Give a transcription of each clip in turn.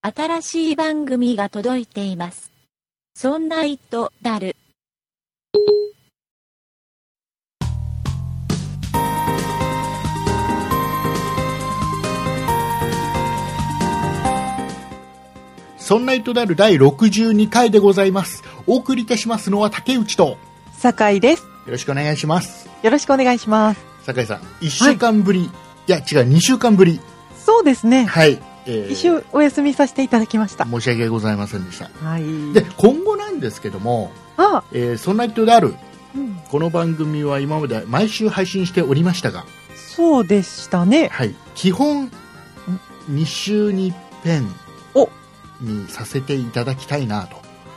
新しい番組が届いています。そんな糸だる。そんな糸である第62回でございます。お送りいたしますのは竹内と、よ酒井です。ろしくお願いします。よろしくお願いします。酒井さん、1週間ぶり、い、や違う、2週間ぶり。そうですね。はい。えー一周お休みさせていただきました。申し訳ございませんでした。はい。で、今後なんですけども、あ、えーそんな糸である、うん、この番組は今まで毎週配信しておりましたが、そうでしたね。はい、基本、2週に一遍おにさせていただきたいな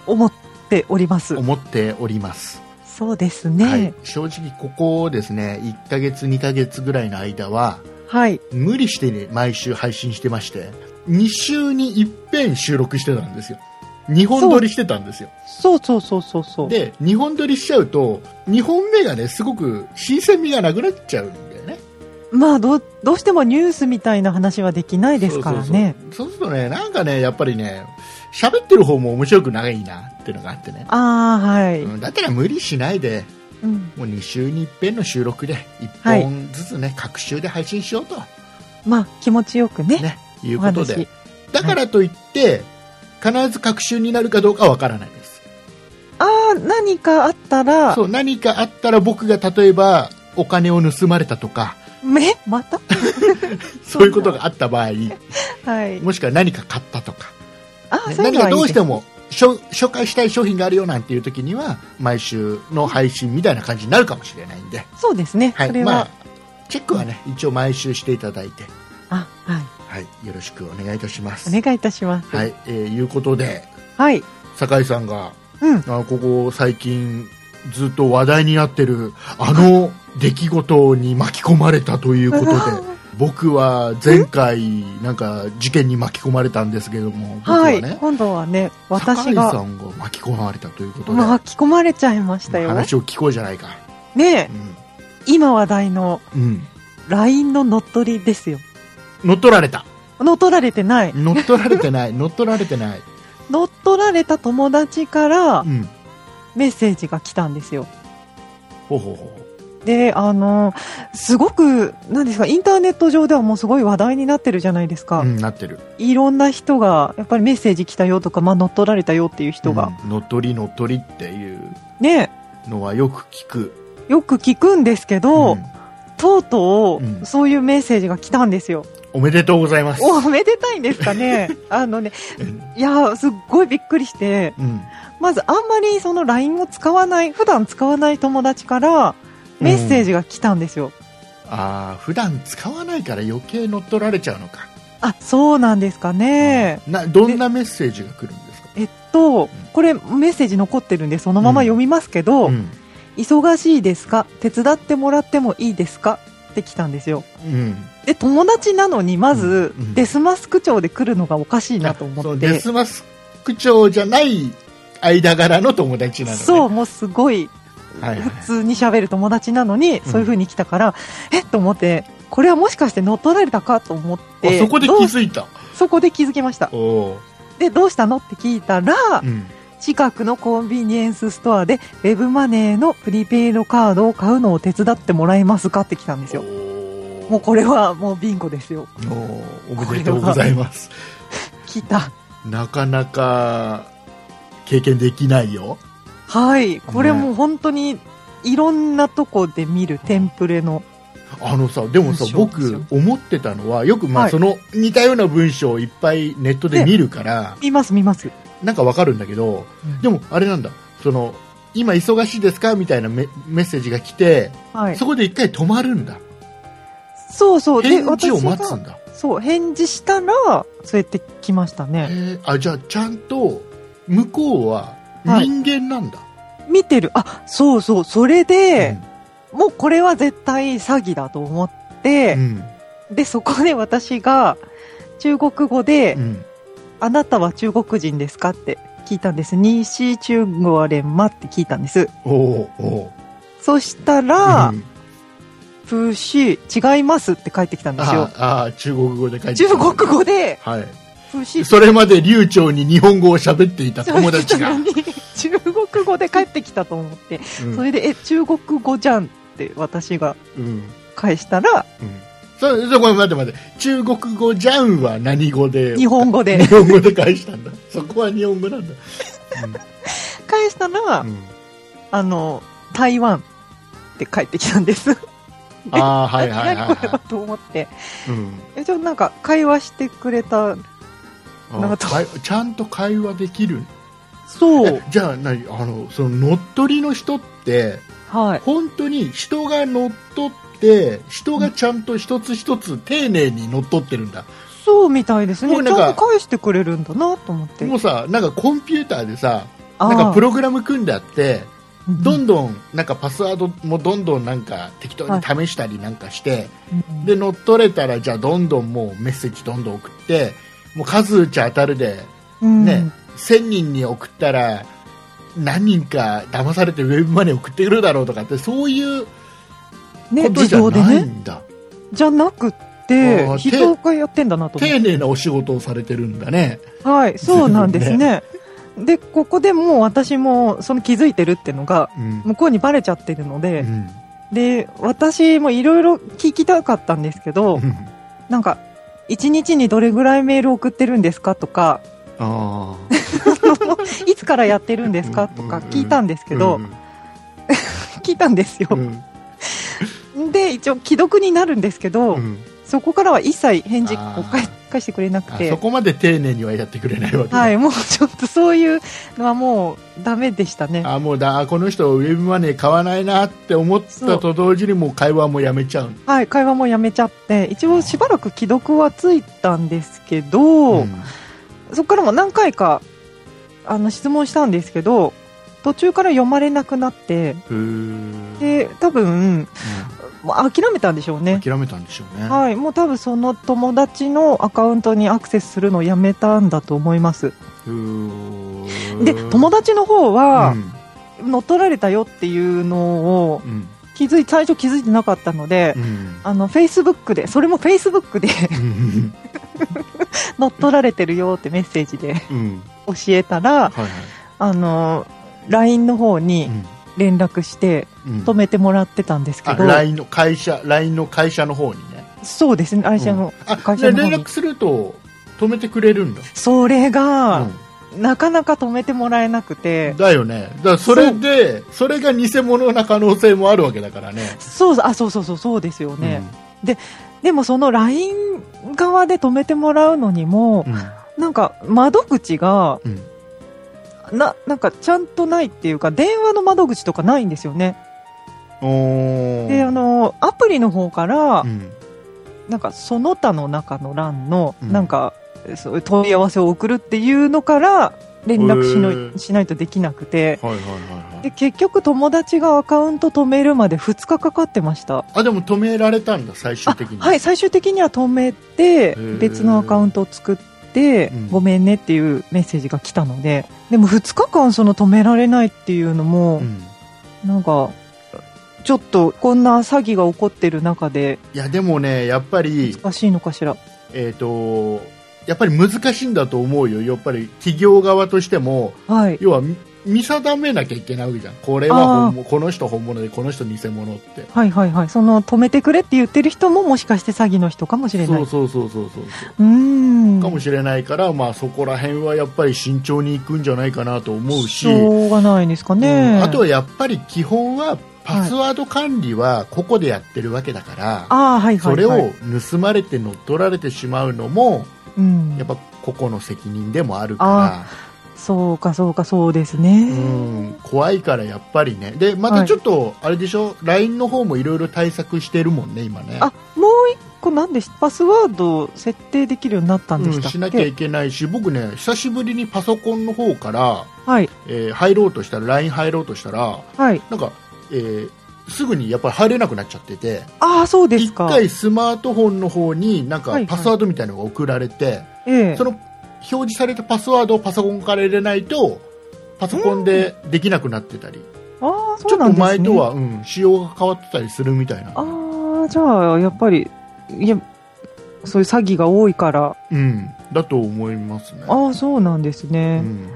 思っておりますと。思っております。そうですはねい。、正直ここですね1ヶ月2ヶ月ぐらいの間ははい。無理して、ね、毎週配信してまして2週に一遍収録してたんですよ2本撮りしてたんですよそうそうそうそうそう。で2本撮りしちゃうと2本目がねすごく新鮮味がなくなっちゃうんだよねまあ、どう、どうしてもニュースみたいな話はできないですからね。そうそうそうそうするとねなんかねやっぱりね喋ってる方も面白くないなっていうのがあってね、ああ、はい。うん、だったら無理しないでうん。もう2週に一遍の収録で1本ずつね、各週で配信しようとまあ、気持ちよくね。ね、いうおこと話で。。だからといって、必ず隔週になるかどうかわからないです。ああ、何かあったら、そう、何かあったら僕が例えば、お金を盗まれたとか、め、また そういうことがあった場合、はい。もしくは何か買ったとか、ああ、ねそういう何のはかいいどうしですても、しょ紹介したい商品があるよなんていう時には、毎週の配信みたいな感じになるかもしれないんで、そうですね。はそい、れまあは、、チェックはね、一応毎週していただいて、あ、はい。はい、よろしくお願いいたします。お願いいたします。はい、えーいうことで、はい。酒井さんがうん。あここ最近ずっと話題になってるあの出来事に巻き込まれたという ことで僕は前回なんか事件に巻き込まれたんですけども僕ははい、ね、今度はね、酒私井さがんが巻き込まれたということで、巻き込まれちゃいましたよ。話を聞こうじゃないか、ねえう今話題のんうん、 LINE の乗っ取りですよ。乗っ取られた乗っ取られてない。乗っ取られて ない乗っ取られてない、乗っ取られた友達からうん、メッセージが来たんですよ。ほうほうほで、あの、すごく、なんですか、インターネット上ではもうすごい話題になってるじゃないですか。う、うん、なってるいろんな人が、やっぱりメッセージ来たよとか、まあ乗っ取られたよっていう人が。、うん乗っ取り乗っ取りっていうねのはよく聞くえよく聞くんですけど、うんとうとうんう、そういうメッセージが来たんですよ。おめでとうございますおめでたいんですか ね。あのね、いやー、すっごいびっくりして、うんまずあんまりその LINE を使わない、普段使わない友達からメッセージが来たんですよ。ああ普段使わないから余計乗っ取られちゃうのか、あ、そうなんですかね。などんなメッセージが来るんですかえっと、これメッセージ残ってるんでそのまま読みますけど、うん、忙しいですか手伝ってもらってもいいですかって来たんですよ。うん、で、友達なのにまずうんうんデスマスク調で来るのがおかしいなとあそ思っうて。デスマスク長じゃない間柄の友達なのねそう、もうすごい、はいはい普通に喋る友達なのに、そういう風に来たから、えっと思って、これはもしかして乗っ取られたかと思っあて、そこで気どうづいたそこで気づきました。おおで、どうしたのって聞いたら、ー、うん、近くのコンビニエンスストアで、ウェブマネーのプリペイドカードを買うのを手伝ってもらえますかって来たんですよ。おもうこれはもうビンゴですよ。おおめでとうございます来た。なかなか経験できないよはい。これもう本当に、いろんなとこで見るテンプレの。あのさでもさ文章です僕よ思ってたのはよくまあ、はいその似たような文章をいっぱいネットで見るから見ます見ます。なんかわかるんだけど、でもあれなんだその今忙しいですかみたいなメメッセージが来て、はい。そこで一回止まるんだそうそう。で、返事を私が待つんだそう、返事したら、そうやって来ましたへね。ーあじゃあちゃんと向こうははい人間なんだ、見てる。あ、そうそう、それで、うもうこれは絶対詐欺だと思って、んで、そこで私が、中国語で、うんうんあなたは中国人ですかって聞いたんです。西中国連マって聞いたんです。おうおうそしたら、うんプーシー、違いますって帰ってきたんですよあ。あ中国語で書いて中国語で、はいプしそれまで流暢に日本語を喋っていた友達が、そういう人に 中国語で帰ってきたと思って、うんそれで「え中国語じゃん」って私がうん返したらうんそそこ待って待って中国語じゃんは何語で日本語で日本語で返したん だそこは日本語なんだ、返したら、うんうんあの台湾って帰ってきたんですああはい はいはい、何これははと思っていうんえちょっとなんか会話してくれたあなんかとかいちゃんと会話できるそうじゃあ何あのその乗っ取りの人ってはい本当に人が乗っ取って人がちゃんと一つ一つ丁寧に乗っ取ってるんだそうみたいですもうねなんちかゃんと返してくれるんだなと思ってもうさなんかコンピューターでさあなーんかプログラム組んであってうんどんどんなんかパスワードもどんどんなんか適当に試したりなんかして、うんで乗っ取れたらじゃあどんどんもうメッセージどんどん送ってもう数打ち当たるでうんね1000人に送ったら何人か騙されてウェブマネー送ってくるだろうとかってそういうねこと自じゃ動でないねんだ、じゃなくっあーて手人がやってんだなと思っ丁て寧なお仕事をされてるんだねはい、そうなんですね。で、ここでもう私もその気づいてるってのが、うん、向こうにバレちゃってるのうで、んで、私もいろいろ聞きたかったんですけど、なんか、一日にどれぐらいメール送ってるんですかとか、 あいつからやってるんですかとか聞いたんですーけど、聞いたんですよう。んうんで、一応既読になるんですけど、うんそこからは一切返事あーを返返してくれなくあてそ、こまで丁寧にはやってくれないわけだ、はい、もうちょっとそういうのはもうダメでしたね。あもうだあこの人ウェブマネー買わないなって思ったと同時にもう会話もやめちゃうはい、会話もやめちゃって、一応しばらく既読はついたんですけど、うんそこからも何回か、あの、質問したんですけど、途中から読まれなくなって、へーで、多分、もう諦めたんでしょううんね。諦めたんでしょうね、はい、もう多分その友達のアカウントにアクセスするのをやめたんだと思います。うーで、友達の方はう、ん乗っ取られたよっていうのをうん気づい、最初気づいてなかったのでう、んあの、Facebook で、それも Facebook で うん乗っ取られてるよってメッセージでうん教えたら、はいはいあの、LINE の方に連絡してうんうん止めてもらってたんですけあど、 LINE の会社 LINE の会社の方にねそうですね、会社の。あ会じゃあ社の方連に絡すると止めてくれるんだ、それが、うなかなか止めてもらえなくてん、、だよねだからそれでそれが偽物な可能性もあるわけだからねそう、あ、そうそうそう、そうですよね。でもその LINE 側で止めてもらうのにもう、んうんなんか窓口が、うんな、なんかちゃんとないっていうか、電話の窓口とかないんですよね。おーで、あの、アプリの方から、うんなんかその他の中の欄の、うんなんかそういう問い合わせを送るっていうのから連絡しの、へーしないとできなくてはいはいはいはでい結局友達がアカウント止めるまで2日かかってましたあでも止められたんだ最終あ的にはい最終的には止めてー別のアカウントを作って、うんごめんねっていうメッセージが来たのででも2日間その止められないっていうのもう、んなんかちょっとこんな詐欺が起こってる中でいやでもねやっぱり難しいのかしらえっ、とやっぱり難しいんだと思うよやっぱり企業側としてもはい要は見見定めなきゃいけないわけじゃんこれは本物この人本物でこの人偽物ってはいはいはい。その止めてくれって言ってる人ももしかして詐欺の人かもしれない。そううそうそうそうそうそーん。うかもしれないから、まあ、そこら辺はやっぱり慎重にいくんじゃないかなと思うし、しょうがないですかね。うんあとはやっぱり基本はパスワード管理はここでやってるわけだから、ああ、はいはそい、はい。れを、盗まれて乗っ取られてしまうのもうん、やっぱ個々の責任でもあるから。あそうかそうかそうですね。うん怖いからやっぱりねでまたちょっとあれでしょ、LINE の方もいろいろ対策してるもんね今ねあ、もう一個なんでしパスワードを設定できるようになったんでうしん、たっけ、しなきゃいけないし僕ね久しぶりにパソコンの方から、はい、えー入ろうとしたら LINE 入ろうとしたらはい。なんか、えーすぐにやっぱり入れなくなっちゃっててああ、そうです一か。回スマートフォンの方になんはいかはいパスワードみたいなのが送られて、ええその表示されたパスワードをパソコンから入れないとパソコンでできなくなってたり、ああ、ちょそうっなとんですね。前とは、うん、仕様が変わってたりするみたいなああ、じゃあ、やっぱり、いや、そういう詐欺が多いから。うん、だと思いますね。ああ、そうなんですうね。ん、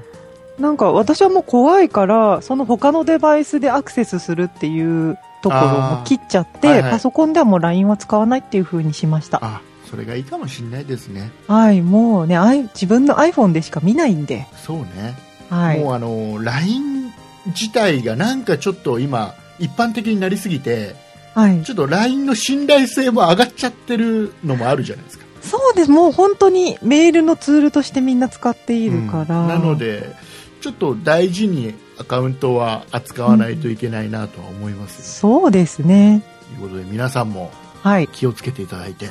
なんか私はもう怖いから、その他のデバイスでアクセスするっていうところも切っちゃって、あーはいはいパソコンではもう LINE は使わないっていう風にしました。あそれがいいかもしれないですね。はい、もうね、あい自分の iPhone でしか見ないんで。そうね、はい。もうあの LINE 自体がなんかちょっと今一般的になりすぎてはい。ちょっと LINE の信頼性も上がっちゃってるのもあるじゃないですか。そうです。もう本当にメールのツールとしてみんな使っているから。うんなの。でちょっと大事にアカウントは扱わないといけないなとは思います、そうですね。ということで皆さんもはい。気をつけていただいて、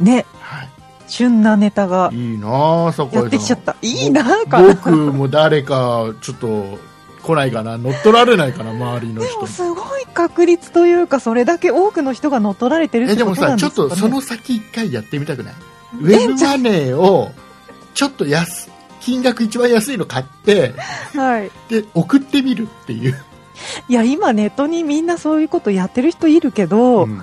ね、は旬なネタがい、いいなあそこやってきちゃった。いいなぁかな。僕も誰かちょっと来ないかな乗っ取られないかな周りのでも人すごい確率というか、それだけ多くの人が乗っ取られてるっえてでこもとなさんちでょすっとそのちょっ先一回やってみたくないウェブマネーをちょっと安金額一番安いの買ってと、はい。で送ってみるっていう、いや、今ネットにみんなそういうことやってる人いるけど、うん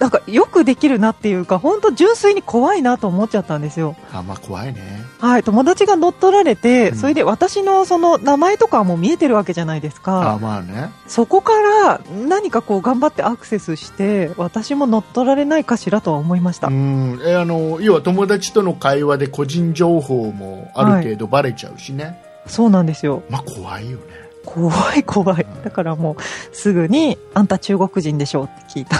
なんかよくできるなっていうか、本当純粋に怖いなと思っちゃったんですよ。あまあ怖いねはい、友達が乗っ取られて、うんそれで私のその名前とかはもう見えてるわけじゃないですあか。まあねそこから何かこう頑張ってアクセスして、私も乗っ取られないかしらとは思いました。うんえあの要は友達との会話で個人情報もある程度バレちゃうしね、そうなんですよ。まあ怖いよね怖い怖いうん。だからもうすぐに、あんた中国人でしょって聞いた。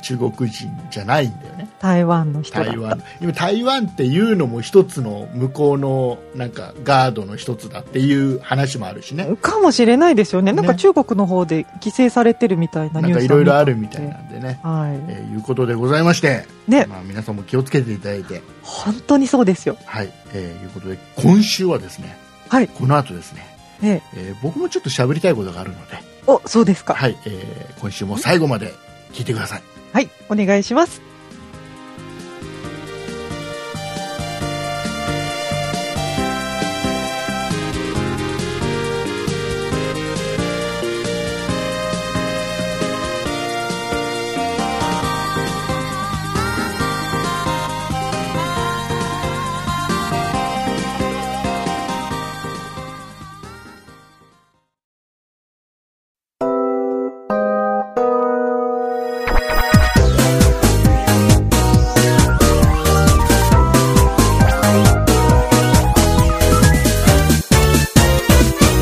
中国人じゃないんだよね台湾の人だ台った。湾今台湾っていうのも一つの向こうのなんかガードの一つだっていう話もあるしね、かもしれないですよね。なんかね中国の方で規制されてるみたいななニんューかスいをろい見ろたあるみたいなんでね、はい。えーいうことでございまして、ね、まあ、皆さんも気をつけていただいて、本当にそうですよ。はいえーいうことで今週はですね、はいこの後ですね、えええー僕もちょっと喋りたいことがあるので、お、そうですか。はいえー今週も最後まで聞いてください。はい、お願いします。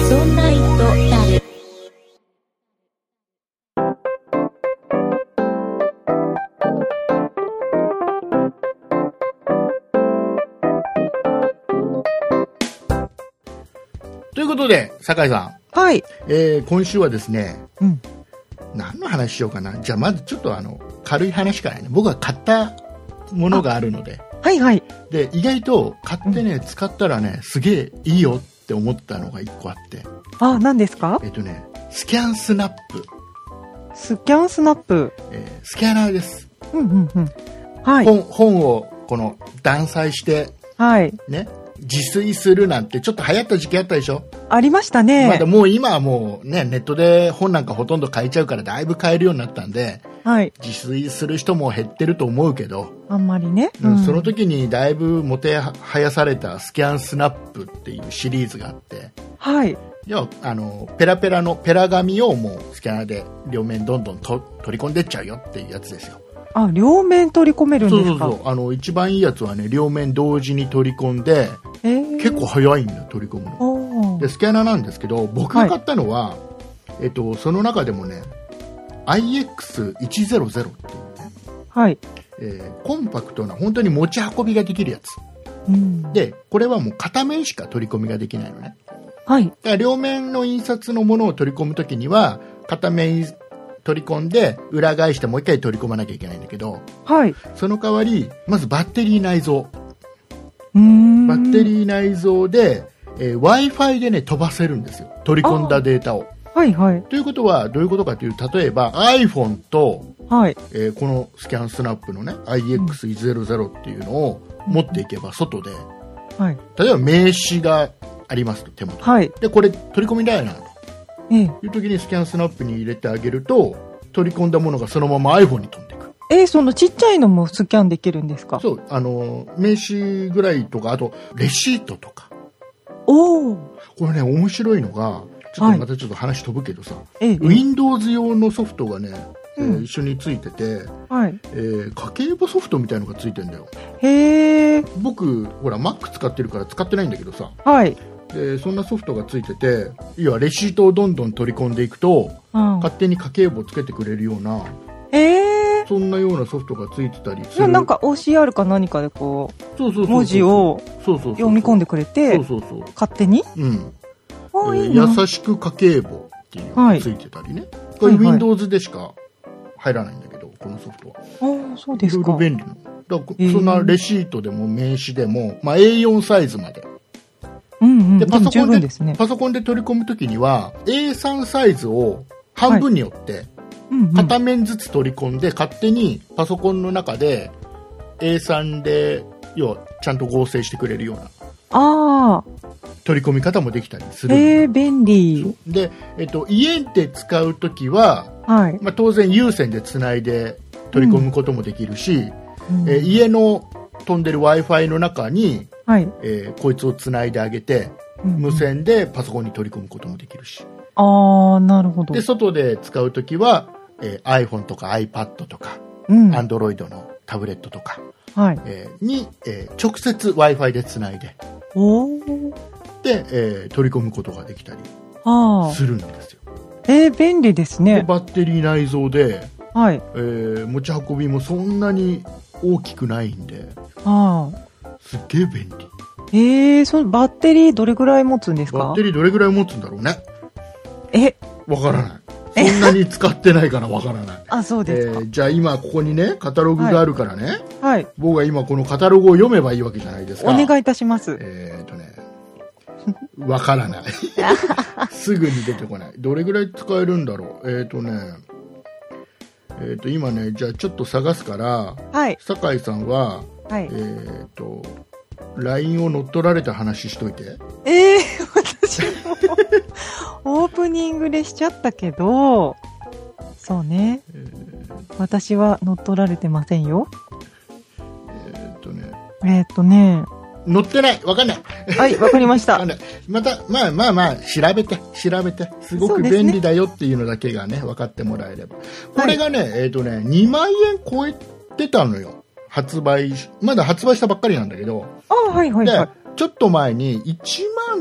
そんな糸だる。ということで酒井さんはい。えー今週はですね、うん何の話しようかなじゃあまずちょっとあの軽い話からね僕は買ったものがあるのではいはい。で意外と買ってね、使ったらねすげえいいよって思ったのが1個あってあ、何ですかえっとねスキャンスナップ、スキャンスナップ。えースキャナーです、うんうんうん。はい。本本をこの断裁してはい。ね自炊するなんてちょっと流行った時期あったでしょ、ありましたまだね。もう今はもうねネットで本なんかほとんど買えちゃうからだいぶ買えるようになったんではい。自炊する人も減ってると思うけど、あんまりね。うんその時。時にだいぶもてはやされたスキャンスナップっていうシリーズがあってはい。要はあのペラペラのペラ紙をもうスキャナーで両面どんどんと取り込んでっちゃうよっていうやつですよあ、両面取り込めるんそうでそすうかそうあの一番いいやつはね両面同時に取り込んでえー結構早いんだよ取り込むのおーでスキャナーなんですけど僕が買ったのは、えっと、その中でもね IX100 っていうね、はい。えーコンパクトな本当に持ち運びができるやつうん。でこれはもう片面しか取り込みができないのねはい。だから両面の印刷のものを取り込むときには片面取り込んで裏返してもう一回取り込まなきゃいけないんだけどはい。その代わりまずバッテリー内蔵うーん。バッテリー内蔵で、え w i f i で、ね、飛ばせるんですよ取り込んだデータを。はいはい。ということはどういうことかという例えば iPhone と、はい。えーこのスキャンスナップの、ね、IX100 っていうのを持っていけば外ではい。例えば名刺がありますと手元にはい。でこれ取り込みたいなとええ。いう時にスキャンスナップに入れてあげると取り込んだものがそのまま iPhone に飛んでいくえーそのちっちゃいのもスキャンできるんですかそう、あの、名刺ぐらいとか、あと、レシートとか。おおこれね、面白いのが、ちょっはといまたちょっと話飛ぶけどさ、ええ Windows 用のソフトがね、えーうん一緒についてて、はいえー家計簿ソフトみたいのがついてんだよ。へえ僕、ほら、Mac 使ってるから使ってないんだけどさ、はいでそんなソフトがついてて、要はレシートをどんどん取り込んでいくと、うん勝手に家計簿つけてくれるような、ええそんなようなソフトがついてたりすじゃる。あなんか OCR か何かでこそうそうそうそうう文字をそうそうそう読み込んでくれてそうそうそう。勝手にうん。ああえいーいな優しく家計簿っていうのはがいついてたりね、これはいはい Windows でしか入らないんだけどこのソフトはああそういでろすいろか便利なのだからこえーそんなレシートでも名刺でも、まあ、A4 サイズまでうんうんででパもソコ十ン分でですねパソコンで取り込むときには A3 サイズを半分に折ってうんうん片面ずつ取り込んで勝手にパソコンの中で A3 で要はちゃんと合成してくれるようなあ取り込み方もできたりすあるへんえ便利だで、えっと、家で使うときははいまあ、当然有線でつないで取り込むこともできるし、うんえー家の飛んでる w i f i の中に、はいえーこいつをつないであげてうんうん無線でパソコンに取り込むこともできるしああなるほどで外で使うときは、えー iPhone とか iPad とかうんはい Android のタブレットとか、えーに、えー直接 w i f i でつないでおおで、えー取り込むことができたりああするんですよ。えー便利ですでねバッテリー内蔵で、はいえー持ち運びもそんなに大きくないんで。ああすっげえ便利えー、そのバッテリーどれぐらい持つんですバかッテリーどれぐらい持つんだろうねえわからないそんなに使ってないからわからない、あそうえ ですか、ーじゃあ今ここにねカタログがあるからね、はい僕が今このカタログを読めばいいわけじゃないですかお願いいたしますえーっとねわから ないすぐに出てこないどれぐらい使えるんだろうえーっ、とねえーっ、と今ねじゃあちょっと探すからはい酒井さんははいえーっ、と LINE を乗っ取られた話しといてえー、私もオープニングでしちゃったけどそうね私は乗っ取られてませんよえーっ、とねえーっとね乗ってないわかんないはいわかりましわか たんないまたまあまあまあ調べて調べてすごそくうですね便利だよっていうのだけがね分かってもらえればこれがね、えっ、とね2万円超えてたのよ発売しまだ発売したばっかりなんだけど、あはいはいはいでちょっと前に1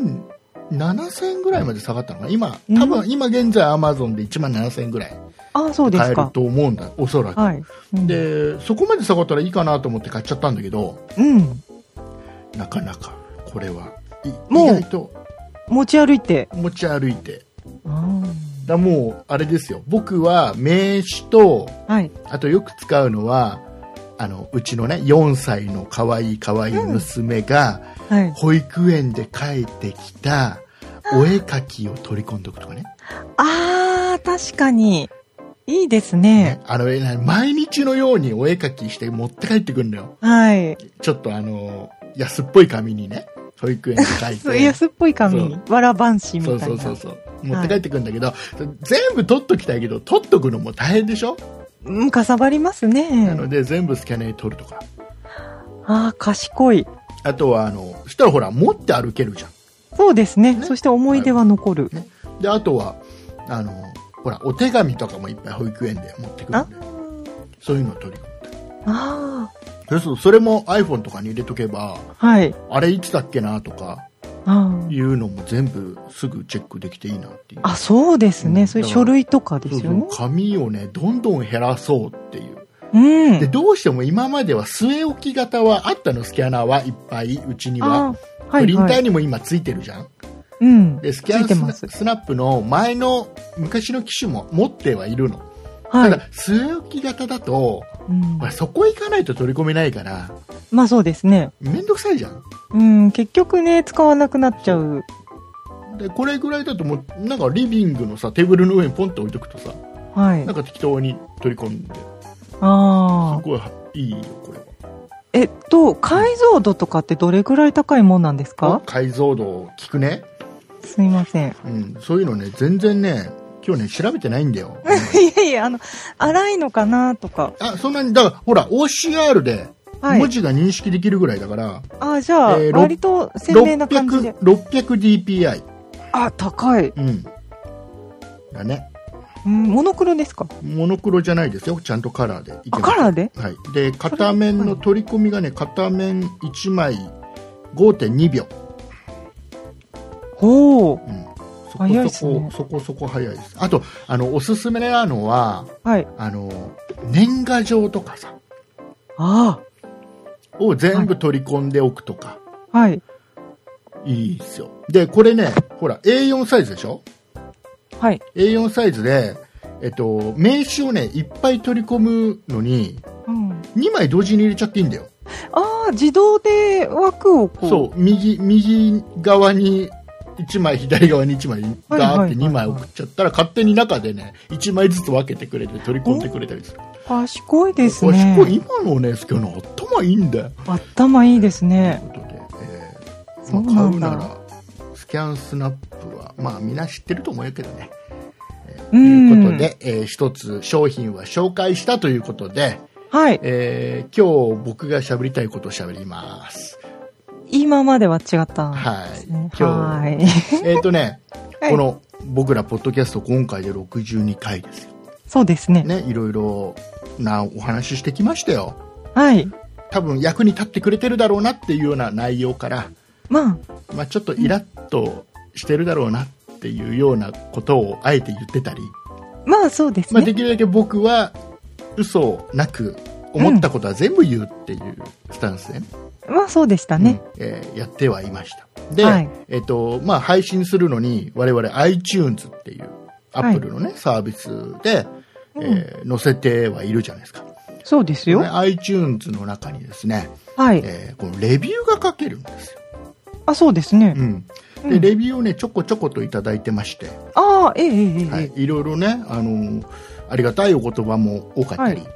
万7000円ぐらいまで下がったのかな今多分、う今現在アマゾンで1万7000円ぐらいあそうで買えするかと思うんだおそらく、はい、うん、でそこまで下がったらいいかなと思って買っちゃったんだけどうんなかなかこれはいもう意外と持ち歩いて持ち歩いてあだもうあれですよ僕は名刺とーはいあとよく使うのはあのうちのね4歳の可愛い可愛い娘がはい保育園で帰ってきたお絵描きを取り込んでおくとかねあー確かにいいですねねあのえな毎日のようにお絵描きして持って帰ってくるんだよはいちょっとあの安っぽい紙にね保育園で描いそうて 安っぽい紙にわらばんしみたそいうなそうそうそう持って帰ってくるんだけど、全部取っときたいけど取っとくのも大変でしょ、うんかさばりますねなので全部スキャネー取るとかああ賢いあとはあのそしたらほら持って歩けるじゃんそうですねねそして思い出は残る、であとはあのほらお手紙とかもいっぱい保育園で持ってくるあんでそういうのを取り込んであそうするとそれも iPhone とかに入れとけばーはいあれいつだっけなとかあーいうのも全部すぐチェックできていいなっていうあそうですうね、んそういう書類とかでそうすそよねう紙をねどんどん減らそうっていううでんどうしても今までは据え置き型はあったのスキャナーはいっぱいうちにはあーはプリいンタはーいにも今ついてるじゃんうんでスキャンスついてナますスナップの前の昔の機種も持ってはいるの、はたいだ、据え置き型だと、うんほらそこ行かないと取り込めないからまあそうですねめんどくさいじゃんうん結局ね使わなくなっちゃうでこれぐらいだともうなんかリビングのさテーブルの上にポンって置いとくとさはいなんか適当に取り込んでそああこはいいよこれはえっと解像度とかってどれぐらい高いもんなんですか解像度効くね、すいませんうん、そういうのね全然ね今日ね、調べて ないん だよ。いやいや、あの、荒いのかなとか。あ、そんなに、だから、ほら、OCR ではい。文字が認識できるぐらいだから、あ、じゃあ、えーろ割と鮮明な感じで。 600DPI。あ、高い。うん。だね。うん、モノクロですかモノクロじゃないですよ。ちゃんとカラーでいけあ、ます。カラーではい。で、片面の取り込みがね、片面1枚5.2秒。ほう。うん。そこ早いっそすこ、ねそこそこ早いです。あと、あの、おすすめなのは、はい。あの、年賀状とかさ、あを全部取り込んでおくとか、あ。はい。いいですよ。で、これね、ほら、A4 サイズでしょはい。 ?A4 サイズで、えっと、名刺をね、いっぱい取り込むのに、うん。 2枚同時に入れちゃっていいんだよ。ああ、自動で枠をこう。そう、右、右側に1枚、左側に1枚、はいはいガーはってい2枚送っちゃったら、勝手に中でね、1枚ずつ分けてくれて、取り込んでくれたりする。賢いですこれね。すごい、今のね、スキャナ頭いいんだよ。頭いいですね。ということで、えーそうまあ、な買うんだなら、スキャンスナップは、まあ、みんな知ってると思うけどね。うとん。いうことで、えー一つ商品は紹介したということで、はい。えー今日僕が喋りたいことを喋ります。今までは違ったんはい。ですね。今はい。日、えっ、とね、 はいこの僕らポッドキャスト今回で62回ですよ。そうですね。ね、いろいろなお話ししてきましたよ。はい。多分役に立ってくれてるだろうなっていうような内容から、まあ、まあ、ちょっとイラッとしてるだろうなっていうようなことをあえて言ってたり、まあそうですまあ、ねで。きるだけ僕は嘘なく思ったことは全部言うっていうスタンスでね、まあそうでしたね。うんえーやってはいましたで、はいえっとまあ、配信するのに我々 iTunes っていうアップルの、ねサービスで、えー載せてはいるじゃないですか、そうですよ。ね、iTunes の中にですね、はい。えーこのレビューが書けるんですよ、あ、そうですねう。ん、うでんレビューをねちょこちょこといただいてまして、ああ、えええええはえい。、いろいろね、あのーありがたいお言葉も多かったり、は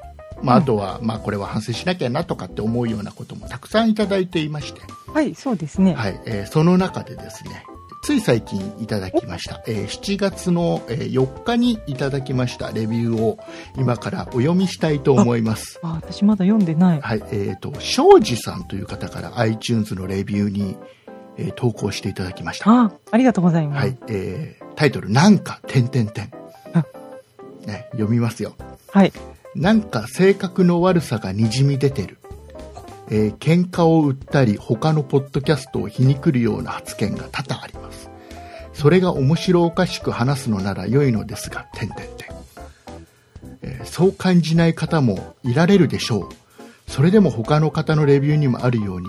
まあ、うあんとは、まあ、これは反省しなきゃなとかって思うようなこともたくさんいただいていまして、はい、そうです ね。はいえーその中でですねつい最近いただきました、えー7月のえー4日にいただきましたレビューを今からお読みしたいと思います。あ、私まだ読んでない。はい、えっ、と、庄司さんという方から iTunes のレビューに、えー投稿していただきました。あ、ありがとうございます。はい、えータイトル、なんか、点々点あ。ね、読みますよ。はい。なんか性格の悪さがにじみ出てる。えー喧嘩を売ったり、他のポッドキャストを皮肉るような発言が多々あります。それが面白おかしく話すのなら良いのですが、点々点。えーそう感じない方もいられるでしょう。それでも他の方のレビューにもあるように、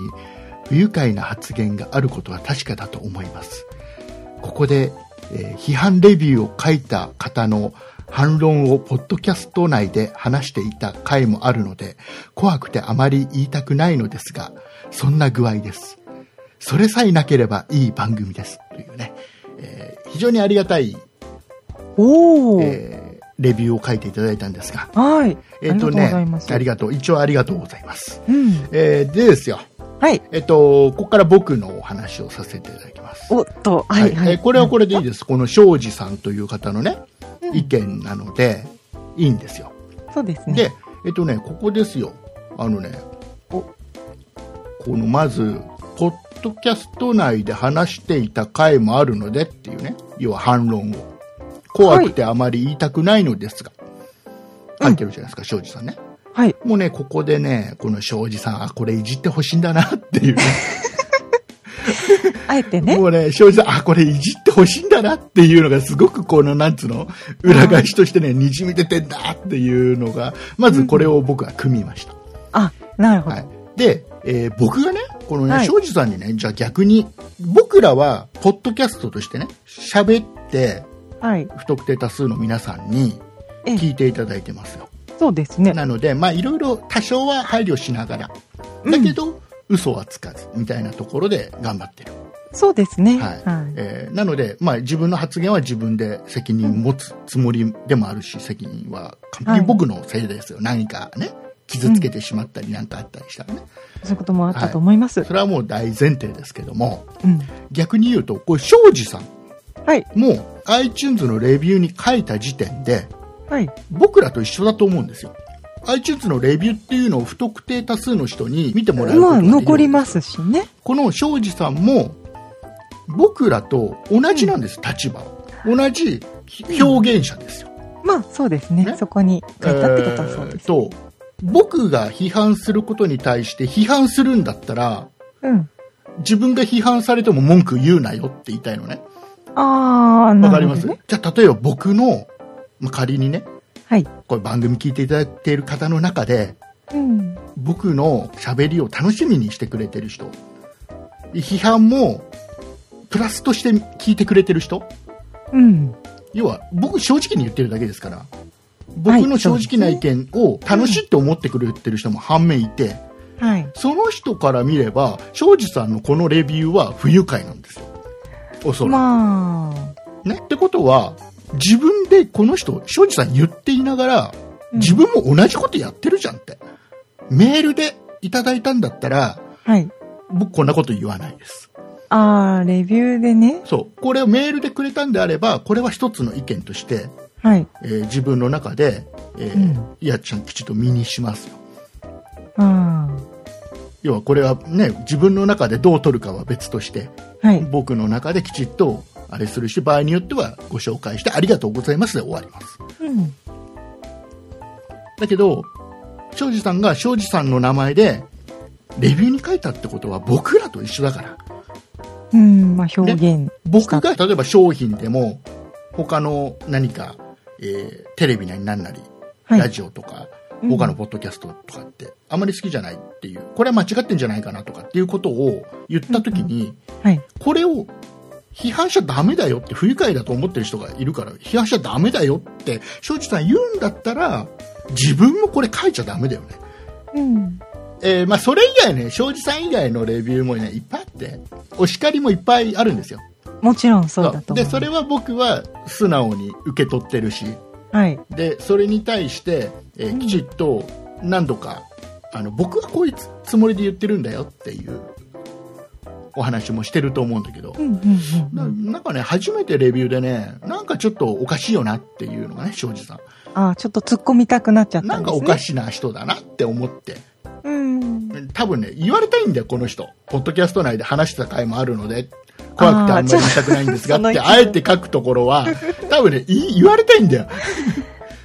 不愉快な発言があることは確かだと思います。ここで、えー批判レビューを書いた方の反論をポッドキャスト内で話していた回もあるので、怖くてあまり言いたくないのですが、そんな具合です。それさえなければいい番組です。というね、えー非常にありがたい、おお、えーレビューを書いていただいたんですが、はい。えっ、とありがとうごねざいます。、ありがとう、一応ありがとうございます。うん。えーでですよ、はい。えっ、と、ここから僕のお話をさせていただきます。おっと、はい、はい。えーこれはこれでいいです。この庄司さんという方のね、意見なので、いいんですよ。そうですね。で、えっとね、ここですよ。あのね、おこのまず、ポッドキャスト内で話していた回もあるのでっていうね、要は反論を。怖くてあまり言いたくないのですが、うん書いてるじゃないですか、庄司さんね。はい。もうね、ここでね、この庄司さん、あ、これいじってほしいんだなっていうね。あえてね。もうね、庄司さん、あ、これいじってほしいんだなっていうのがすごくこの、なんつうの、裏返しとしてね、にじみ出てんだっていうのが、まずこれを僕は組みました。あ、なるほど。はい。で、えー僕がね、このはね、い庄司さんにね、じゃあ逆に、僕らは、ポッドキャストとしてね、喋って、はい。不特定多数の皆さんにええ聞いていただいてますよ。そうですね。なので、まあ、いろいろ多少は配慮しながら、だけど、嘘はつかず、みたいなところで頑張ってる。そうですね。はいはい。えーなので、まあ、自分の発言は自分で責任持つつもりでもあるし、責任は完璧に僕のせいですよ、何かね傷つけてしまったりなんかあったりしたらね、そういうこともあったと思います。それはもう大前提ですけどもうん。逆に言うとこう庄司さんはいもう iTunes のレビューに書いた時点ではい。僕らと一緒だと思うんですよ iTunes のレビューっていうのを不特定多数の人に見てもらえることがまあ、できる残りますしね。この庄司さんも僕らと同じなんです、立場は同じ表現者ですよ、まあ、そうですね。ねそこに書いたってことはそうえでーす。と僕が批判することに対して批判するんだったらうん。自分が批判されても文句言うなよって言いたいのねあー、わなかりるまほす、どね。じゃあ例えば僕の、まあ、仮にねはい。これ番組聞いていただいている方の中でうん。僕の喋りを楽しみにしてくれてる人批判もプラスとして聞いてくれてる人うん。要は僕正直に言ってるだけですからはい僕の正直な意見を楽しいって思ってくれてる人も反面いて、はい。その人から見れば庄司さんのこのレビューは不愉快なんですよおそらく、まあ、ね、ってことは自分でこの人庄司さん言っていながらうん自分も同じことやってるじゃんって、メールでいただいたんだったらはい。僕こんなこと言わないですあー、レビューでね。そうこれをメールでくれたんであればこれは一つの意見としてはい。えー自分の中で、えーうんいやちゃんきちっと身にしますようん。要はこれはね自分の中でどう取るかは別としてはい。僕の中できちっとあれするし場合によってはご紹介してありがとうございますで終わりますうん。だけど庄司さんが庄司さんの名前でレビューに書いたってことは僕らと一緒だからうん、まあ、表現。僕が例えば商品でも他の何か、えーテレビなり何なり、はいラジオとかうん他のポッドキャストとかってあまり好きじゃないっていうこれは間違ってんじゃないかなとかっていうことを言った時に、はい。これを批判しちゃダメだよって不愉快だと思ってる人がいるから批判しちゃダメだよって庄司さん言うんだったら自分もこれ書いちゃダメだよね。うん。えーまあ、それ以外ね、庄司さん以外のレビューもね、いっぱいあって、お叱りもいっぱいあるんですよ。もちろんそうだとで思う。それは僕は素直に受け取ってるしはい。でそれに対して、えーうんきちっと何度かあの僕はこういうつつもりで言ってるんだよっていうお話もしてると思うんだけど、うん、うん、うんな。なんかね初めてレビューでねなんかちょっとおかしいよなっていうのがね庄司さん、ああ、ちょっと突っ込みたくなっちゃったんでなす、ね。んかおかい。しな人だなって思ってうん。多分ね言われたいんだよこの人ポッドキャスト内で話した回もあるので怖くてあんまり言いたくないんですがあーっちてょっとあえて書くところは多分ねい言われたいんだよ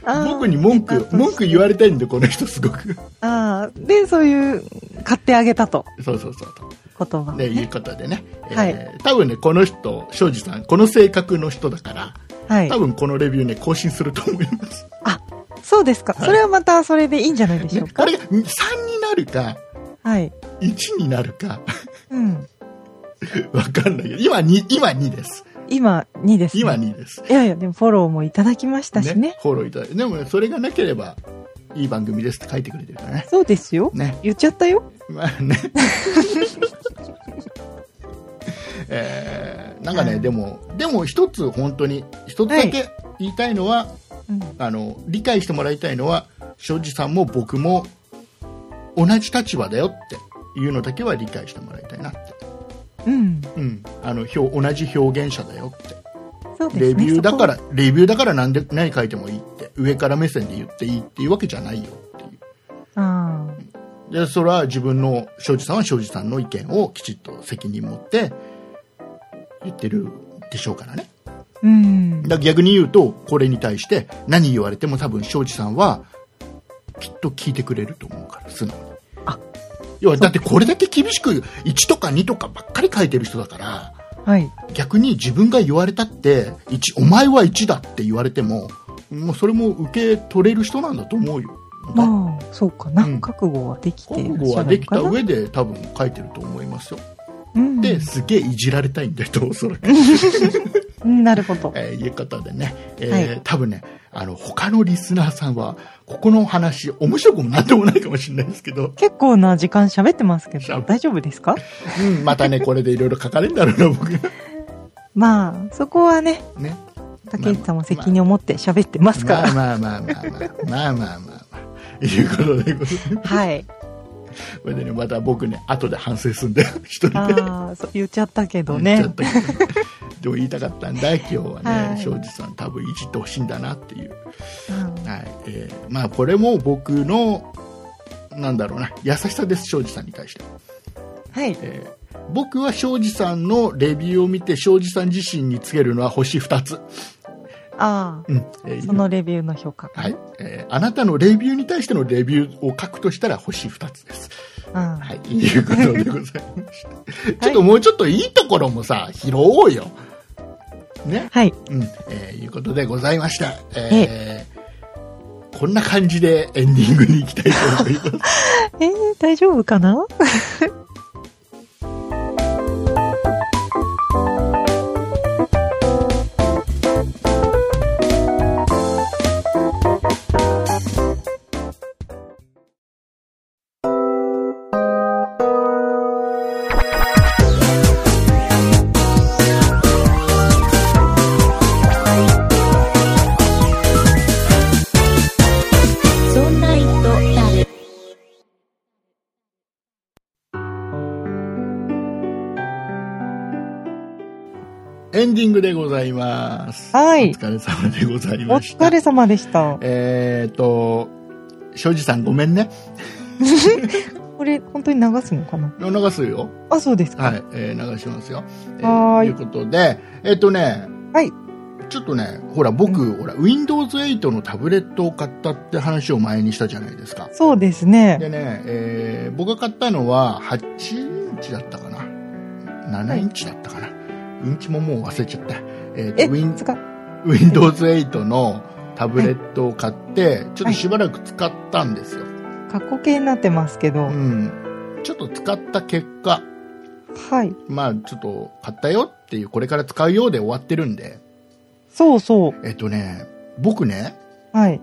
あー僕に文句、文句言われたいんで、この人すごく。ああ、で、そういう、買ってあげたと、そうそうそうと。言葉をね、いうね。ことでね。はいえー多分ね、この人、庄司さん、この性格の人だから、はい多。分このレビューね、更新すると思います。あ、そうですか。それはまたそれでいいんじゃないでしょうこか。れが3になるか、はい。 1になるか、 うん。わかんないけど、今2、今2です。今、2です、今。2です。いやいや、でもフォローもいただきましたしね。フォローいただいて。でもね、それがなければ、いい番組ですって書いてくれてるからね。そうですよ。ね。言っちゃったよ。まあね。 えーなんかね、うんでも、でも一つ本当に、一つだけ言いたいのは、うん。あの、理解してもらいたいのは、庄司さんも僕も同じ立場だよっていうのだけは理解してもらいたいなって。うん。うん。あの、表同じ表現者だよって。そうですね。レビューだかそら、レビューだから何で、何書いてもいいって、上から目線で言っていいっていうわけじゃないよっていう。こ。ああ。でそれは自分の庄司さんは庄司さんの意見をきちっと責任持って言ってるでしょうからねうん。だ逆に言うとこれに対して何言われても多分庄司さんはきっと聞いてくれると思うから素直にあ要はだってこれだけ厳しく1とか2とかばっかり書いてる人だからはい。逆に自分が言われたって一お前は1だって言われてももうそれも受け取れる人なんだと思うよ、まあ、そうかな。うん覚悟はできて覚いらっ悟しゃはるでのきかたな。上で多分書いてると思いますようんで、すげえいじられたいんだよ、おそらく。うん、なるほど。えーいうことでね、えーはい多分ね、あの、他のリスナーさんは、ここの話、面白くもなんでもないかもしれないですけど、結構な時間喋ってますけど、喋大丈夫ですかうん、またね、これでいろいろ書かれるんだろうな、僕が。まあ、そこはね、ね。竹内さんも責任を持って喋ってますかまあら。まあまあまあまあ、まあまあまあまあ。いうことでございます、はい。これでね、また僕ね、後で反省するんで、一人で。ああ、そう言っちゃったけど言っねちゃっ。たけどと言いたかったんだ今日ははねい庄司、さん多分いじってほしいんだなっていう、うんはいえーまあ、これも僕のなんだろうな優しさです庄司さんに対して、はい。えー僕は庄司さんのレビューを見て庄司さん自身につけるのは星2つ、あうんえあ、ーそのレビューの評価。はいえーあなたのレビューに対してのレビューを書くとしたら星2つですうん。はい、ということでございま した。ちょっともうちょっといいところもさ、拾おうよ。ね。はい。うん。えーいうことでございました。えーこんな感じでエンディングに行きたいと思い ます。えー、大丈夫かなそんな糸だる。エンディングでございます。はいお疲れ様でございおました。疲れ様でした。えっ、と、庄司さんごめんね。これ、本当に流すのかな流すよ。あ、そうですか。はい、えー流しますよ。えはーいということで、えっ、とね、はいちょっとね、ほら、僕、ほら、Windows 8のタブレットを買ったって話を前にしたじゃないですか。そうですね。でね、えー僕が買ったのは8インチだったかな。7インチだったかな。うんちももう忘れちゃった。えっ、え、と、Win- つか、 Windows 8のタブレットを買って、ちょっとしばらく使ったんですよ。過去形になってますけうど。ん。ちょっと使った結果、はい。まあ、ちょっと買ったよっていう、これから使うようで終わってるんで、そうそう。えっとね、僕ね、はい。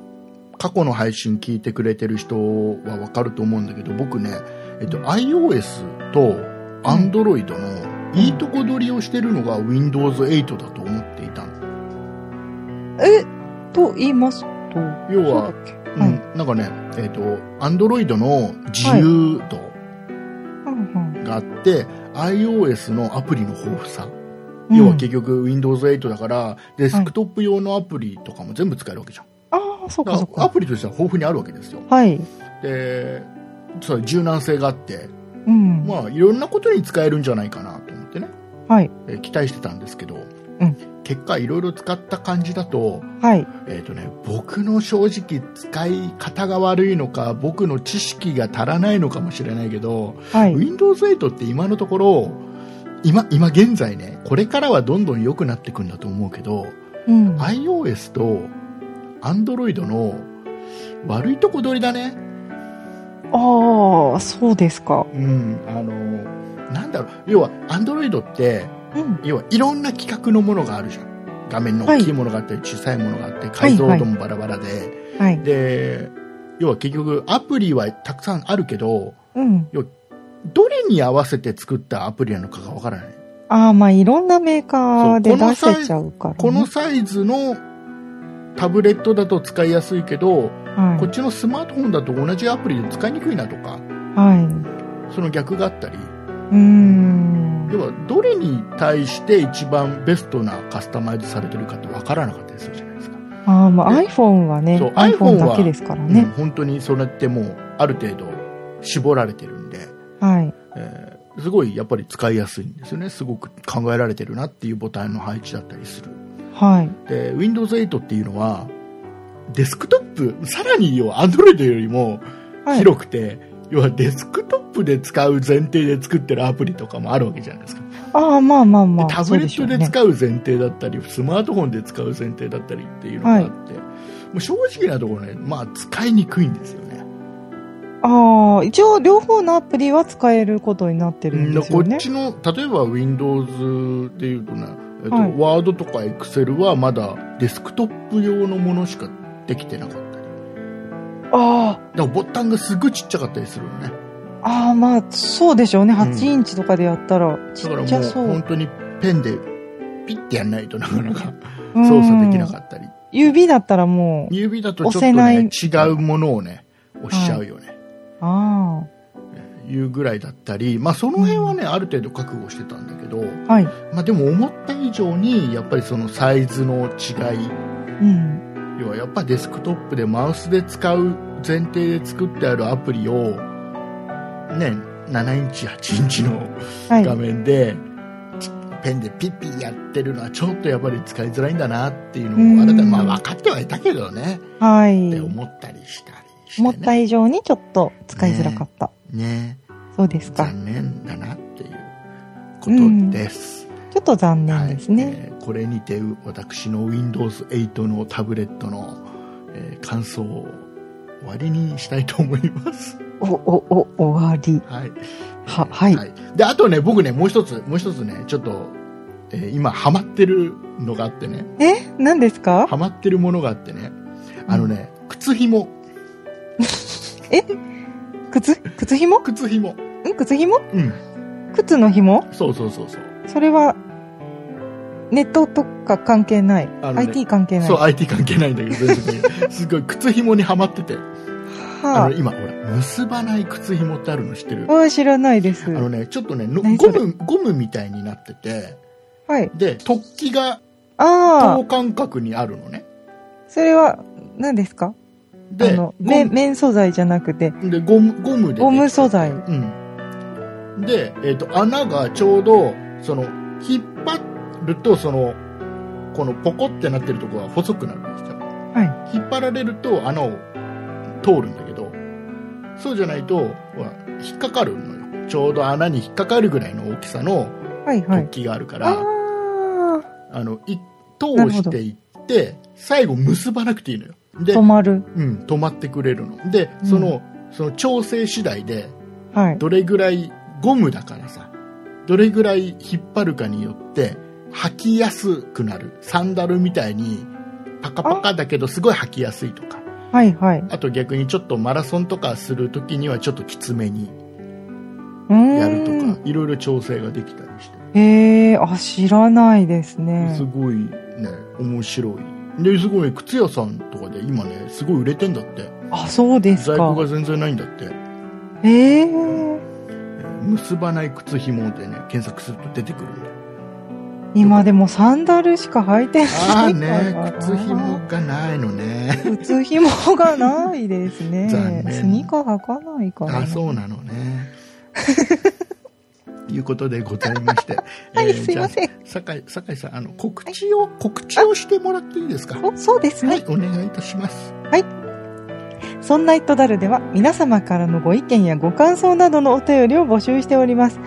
過去の配信聞いてくれてる人はわかると思うんだけど、僕ね、えっと、iOS と Android のいいとこ取りをしてるのが Windows 8だと思っていたの。え、と言いますと。要そうだはっ、けうはいん、なんかね、えっと、Android の自由度うんがあって、iOS のアプリの豊富さ。うん。要はうん結局 Windows 8だから、デスクトップ用のアプリとかも全部使えるわけじゃん。ああ、そうだかそうからアか。プリとしては豊富にあるわけですよ。はい。でそう柔軟性があって、うん。まあ、いろんなことに使えるんじゃないかなと思ってね、はい。えー期待してたんですけど、ん結果いろいろ使った感じだと,、はい。えーとね、僕の正直使い方が悪いのか僕の知識が足らないのかもしれないけど、はい。 Windows8 って今のところ今今現在ねこれからはどんどん良くなっていくんだと思うけど、うん。 iOS と Android の悪いとこ取りだね。ああ、そうですか。うん、あのなんだろう要はアンドロイドってうん。要はいろんな規格のものがあるじゃん画面の大きいものがあったり小さいものがあって解像度もバラバラで、はい。で要は結局アプリはたくさんあるけどうん。どれに合わせて作ったアプリなのかがわからないああ、まあ、いろんなメーカーでそうこの出際せちゃうから、ね。このサイズのタブレットだと使いやすいけどこっはちのスマートフォンだと同じアプリで使いにくいなとかい。はい。その逆があったりうーん。要はどれに対して一番ベストなカスタマイズされてるかって分からなかったりするじゃないですか、ああ、まあ、で iPhone はね、そう iPhone iPhone はだけですかうらんね。本当にそれってもうある程度絞られてるんで、はい。えーすごいやっぱり使いやすいんですよねすごく考えられてるなっていうボタンの配置だったりするはい。で Windows8 っていうのはデスクトップさらに要は Android よりもはい。広くて、要はデスクトップで使う前提で作ってるアプリとかもあるわけじゃないですかああ、まあまあまあ。タブレッそトうでしょうね使う前提だったり、スマートフォンで使う前提だったりっていうのがあって、もう正直なところね、まあ、使いにくいんですよね。ああ、一応両方のアプリは使えることになってるんですよこねっ。ちの例えば Windows でいうとね、えっとはい Word とか Excel はまだデスクトップ用のものしかできてなかったり、あでもボタンがすごいちっちゃかったりするのね。あ、ああ、まあ、そうでしょうね。ん8インチとかでやったら、ちだからっもうちゃそう。本当にペンでピッてやんないとなかなかうん操作できなかったり、指だったらもう、指だとちょっと押せないね違うものをね押しちゃうよね。あいうぐらいだったり、まあ、その辺はね、ある程度覚悟してたんだけど、あ、はい。まあ、でも思った以以上にやっぱりそのサイズの違いうん。要はやっぱデスクトップでマウスで使う前提で作ってあるアプリをね7インチ8インチのはい。画面で、ちペンでピッピッやってるのはちょっとやっぱり使いづらいんだなっていううんのを改めて、まあ、分かってはいたけどね、はってい。思ったりしたりして、ね、思った以上にちょっと使いづらかった。ねそうですか。残念だなっていうことです。ちょっと残念はいですね。えーこれにて私の Windows8 のタブレットの、えー感想を終わりにしたいと思います。 お、お、お、終わり。はい。は、はい。はい。で、あとね、僕ね、もう一つ、もう一つね、ちょっと、えー今ハマってるのがあってね、え何ですかハマってるものがあってね、あのね、靴紐、靴靴紐ん靴紐。靴紐うん。靴の紐そうそうそうそう。それは、ネットとか関係ない。あのね IT 関係ない。そう、は IT 関係ないんだけど、全然 すごい、靴紐にハマってて。あの、あ。今、ほら、結ばない靴紐ってあるの知ってるお知らないですあ。のね、ちょっとね、の何ゴそれム、ゴムみたいになってて、はい。で、突起があ等間隔にあるのね。あ、それは、何ですかあで、ゴの、めム綿素材じゃなくて、でゴム、ゴムでできてて。ゴム素材。うん。で、えっ、と、穴がちょうど、その、引っ張ると、その、このポコってなってるところが細くなるんですよ。は引っ張られると穴を通るんだけど、そうじゃないと、ほら、引っかかるのよ。ちょうど穴に引っかかるぐらいの大きさのい。はいは突い。起があるから、あああの、い、通していって、最後結ばなくていいのよ。でー、止、まる。うん、止まってくれるの。で、その、その調整次第で、はい。どれぐらいゴムだからさどれぐらい引っ張るかによって履きやすくなるサンダルみたいにパカパカだけどすごい履きやすいとかはいはい。あと逆にちょっとマラソンとかする時にはちょっときつめにうーん。やるとかいろいろ調整ができたりして、へえ、あ、知らないですねす。ごいね面白いですごい靴屋さんとかで今ねすごい売れてんだってあ、そうです在庫かが。全然ないんだってええ。えー結ばない靴紐でね検索すると出てくるんだよ今でもサンダルしか履いてないああ からねな。、靴紐がないのね。靴紐がないですね。残念スニーカー履かないから。あそうなの ね。いうことでございまして。 はい、えーすいません。じゃあ酒井、酒井さん、あの、告知を、告知をしてもらっていいですかおそうですね。はい、お願いいたします。そんなイットダルでは皆様からのご意見やご感想などのお便りを募集しております。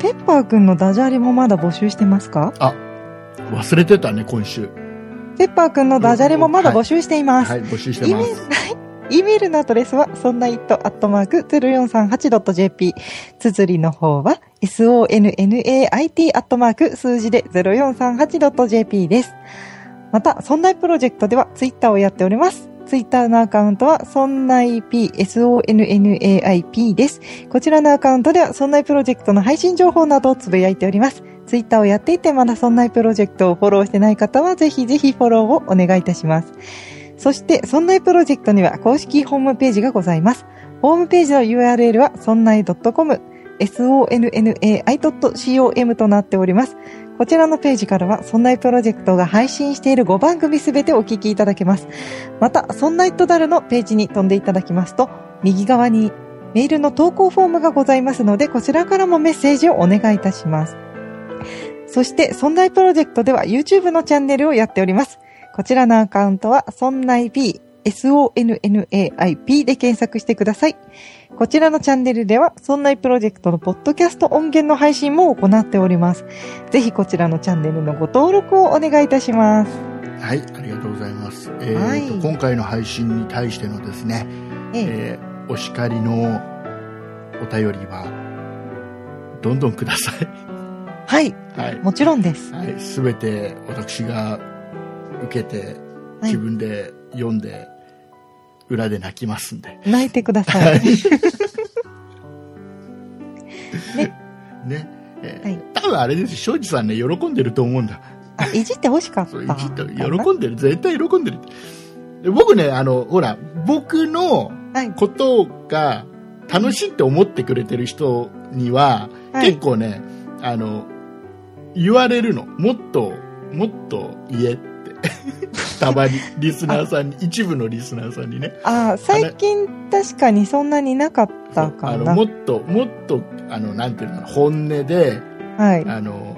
ペッパーくんのダジャレもまだ募集してますか忘れてたね、今週。ペッパーくんのダジャレもまだ募集しています。はい、募集してます。イメールのアドレスは、そんな it アットマーク 0438.jp。綴りの方は、sonnait アットマーク数字で 0438.jp です。また、そんないプロジェクトでは、ツイッターをやっております。ツイッターのアカウントは、そんな ip、sonnaip です。こちらのアカウントでは、そんないプロジェクトの配信情報などをつぶやいております。ツイッターをやっていて、まだそんないプロジェクトをフォローしてない方は、ぜひぜひフォローをお願いいたします。そして、そんないプロジェクトには公式ホームページがございます。ホームページの URL は、そんない .com、sonnai.com となっております。こちらのページからは、そんないプロジェクトが配信している5番組すべてお聞きいただけます。また、そんないとだるのページに飛んでいただきますと、右側にメールの投稿フォームがございますので、こちらからもメッセージをお願いいたします。そして、そんないプロジェクトでは YouTube のチャンネルをやっております。こちらのアカウントは、そんない P、sonnaip で検索してください。こちらのチャンネルでは、そんないプロジェクトのポッドキャスト音源の配信も行っております。ぜひこちらのチャンネルのご登録をお願いいたします。はい、ありがとうございます。えはーいと、今回の配信に対してのですね、ええ、えーお叱りのお便りは、どんどんくださ はい、い。はい。もちろんです。はい、すべて私が受けて、はい自分で読んで、裏で泣きますんで。泣いてください。ねね。えーはい多分あれです庄司さんね、喜んでると思うんだ。あいじってほしかっそたう、かいな。じった喜んでる。絶対喜んでる。で僕ね、あの、ほら、僕のはいことが楽しいって思ってくれてる人には、はい結構ね、あの、言われるのもっともっと言えって たま にリスナーさんに一部のリスナーさんにねああ、最近確かにそんなになかったあかのな。もっともっとあのなんていうのかな本音ではい。あの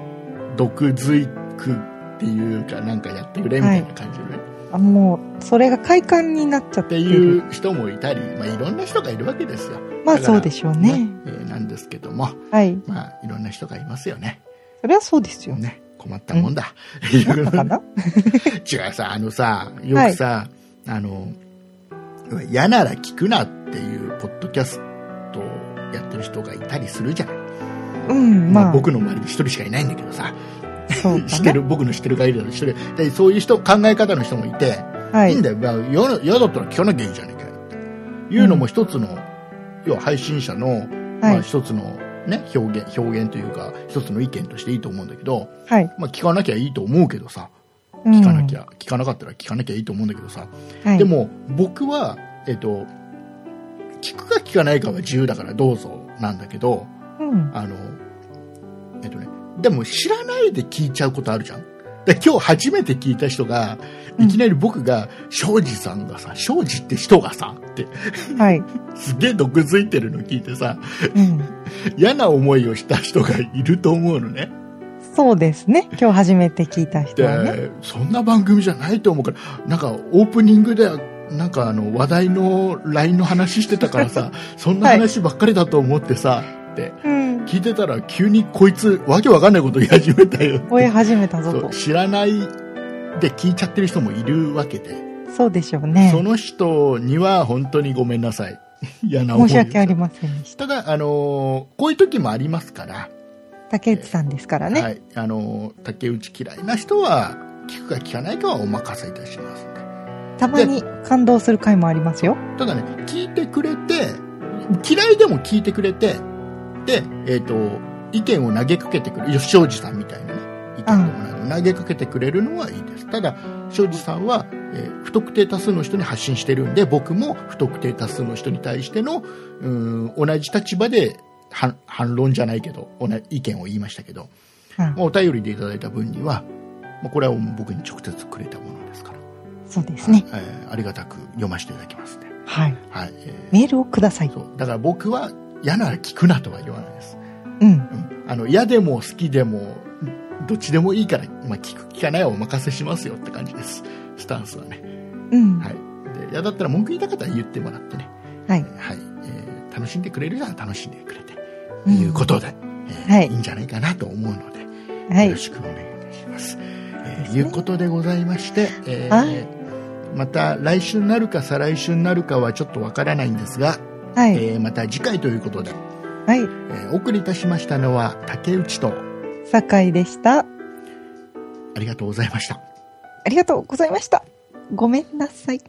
毒づくっていうかなんかやってくれみたいな感じでね、あもう、それが快感になっちゃっっててる。いう人もいたり、まあ、いろんな人がいるわけですよ、まあだからそうでしょうね。えーなんですけども、はい。まあ、いろんな人がいますよねそれはそうですよね。ね困ったもんだ、 いなうんだかな違うさあのさよくさ、あの嫌なら聞くなっていうポッドキャストをやってる人がいたりするじゃない、うん、まあまあ、僕の周りで一人しかいないんだけどさそう知っかてな。る僕の知ってる限りだと一人でそういう人考え方の人もいて、、はいいいん。だよ、まあ、世の世だったら聞かなきゃいいじゃねえかよっていうのも一つの、要は配信者の、まはあ、い。一つの、ね、表現表現というか一つの意見としていいと思うんだけど、はい。まあ、聞かなきゃいいと思うけどさうん聞かなきゃ、聞かなかったら聞かなきゃいいと思うんだけどさ、はいでも僕は、えっと聞くか聞かないかは自由だからどうぞなんだけどうん。あのえっとねでも知らないで聞いちゃうことあるじゃんで今日初めて聞いた人がいきなり僕が庄司さんがさ庄司って人がさってはい。すげえ毒づいてるの聞いてさうん。嫌な思いをした人がいると思うのねそうですね。今日初めて聞いた人はね。でそんな番組じゃないと思うからなんかオープニングではなんかあの話題の LINE の話してたから さそんな話ばっかりだと思ってさ、ってうん。聞いてたら急にこいつわけわかんないこと言い始めたよ吠え始めたぞそうと。知らないで聞いちゃってる人もいるわけで、そうでしょうねそ。の人には本当にごめんなさい 嫌な思いを申し訳ありませんでしただ、あのーこういう時もありますから、た。竹内さんですからね。はいあのー竹内嫌いな人は聞くか聞かないかはお任せいたしますんでたまに感動する回もありますよ。ただね、聞いてくれて、嫌いでも聞いてくれて、で、えっ、と、意見を投げかけてくれる、吉庄司さんみたいなね、意見とか投げかけてくれるのはいいです。ただ、庄司さんは、えー不特定多数の人に発信してるんで、僕も不特定多数の人に対しての、うーん、同じ立場で、反反論じゃないけど、同じ意見を言いましたけど、うんまあお便りでいただいた分には、まあ、これは僕に直接くれたものですから、そうですね。はいえーありがたく読ませていただきますね。はい。はい。えーメールをください。そうだから僕は嫌なら聞くなとは言わないです、うん。うん、あの嫌でも好きでもどっちでもいいから、まあ、聞く聞かないはお任せしますよって感じですスタンスはね、うん。はい、で嫌だったら文句言いたかったら言ってもらってね、はい。はいえー楽しんでくれるなら楽しんでくれて、うんいうことで、えーはいい、いんじゃないかなと思うので、はよろい。しくお願いします。えですーねいうことでございまして、えーはいまた来週になるか再来週になるかはちょっとわからないんですが、はい。えーまた次回ということで、はい。えーお送りいたしましたのは竹内と酒井でした。ありがとうございました。ありがとうございました。ごめんなさい。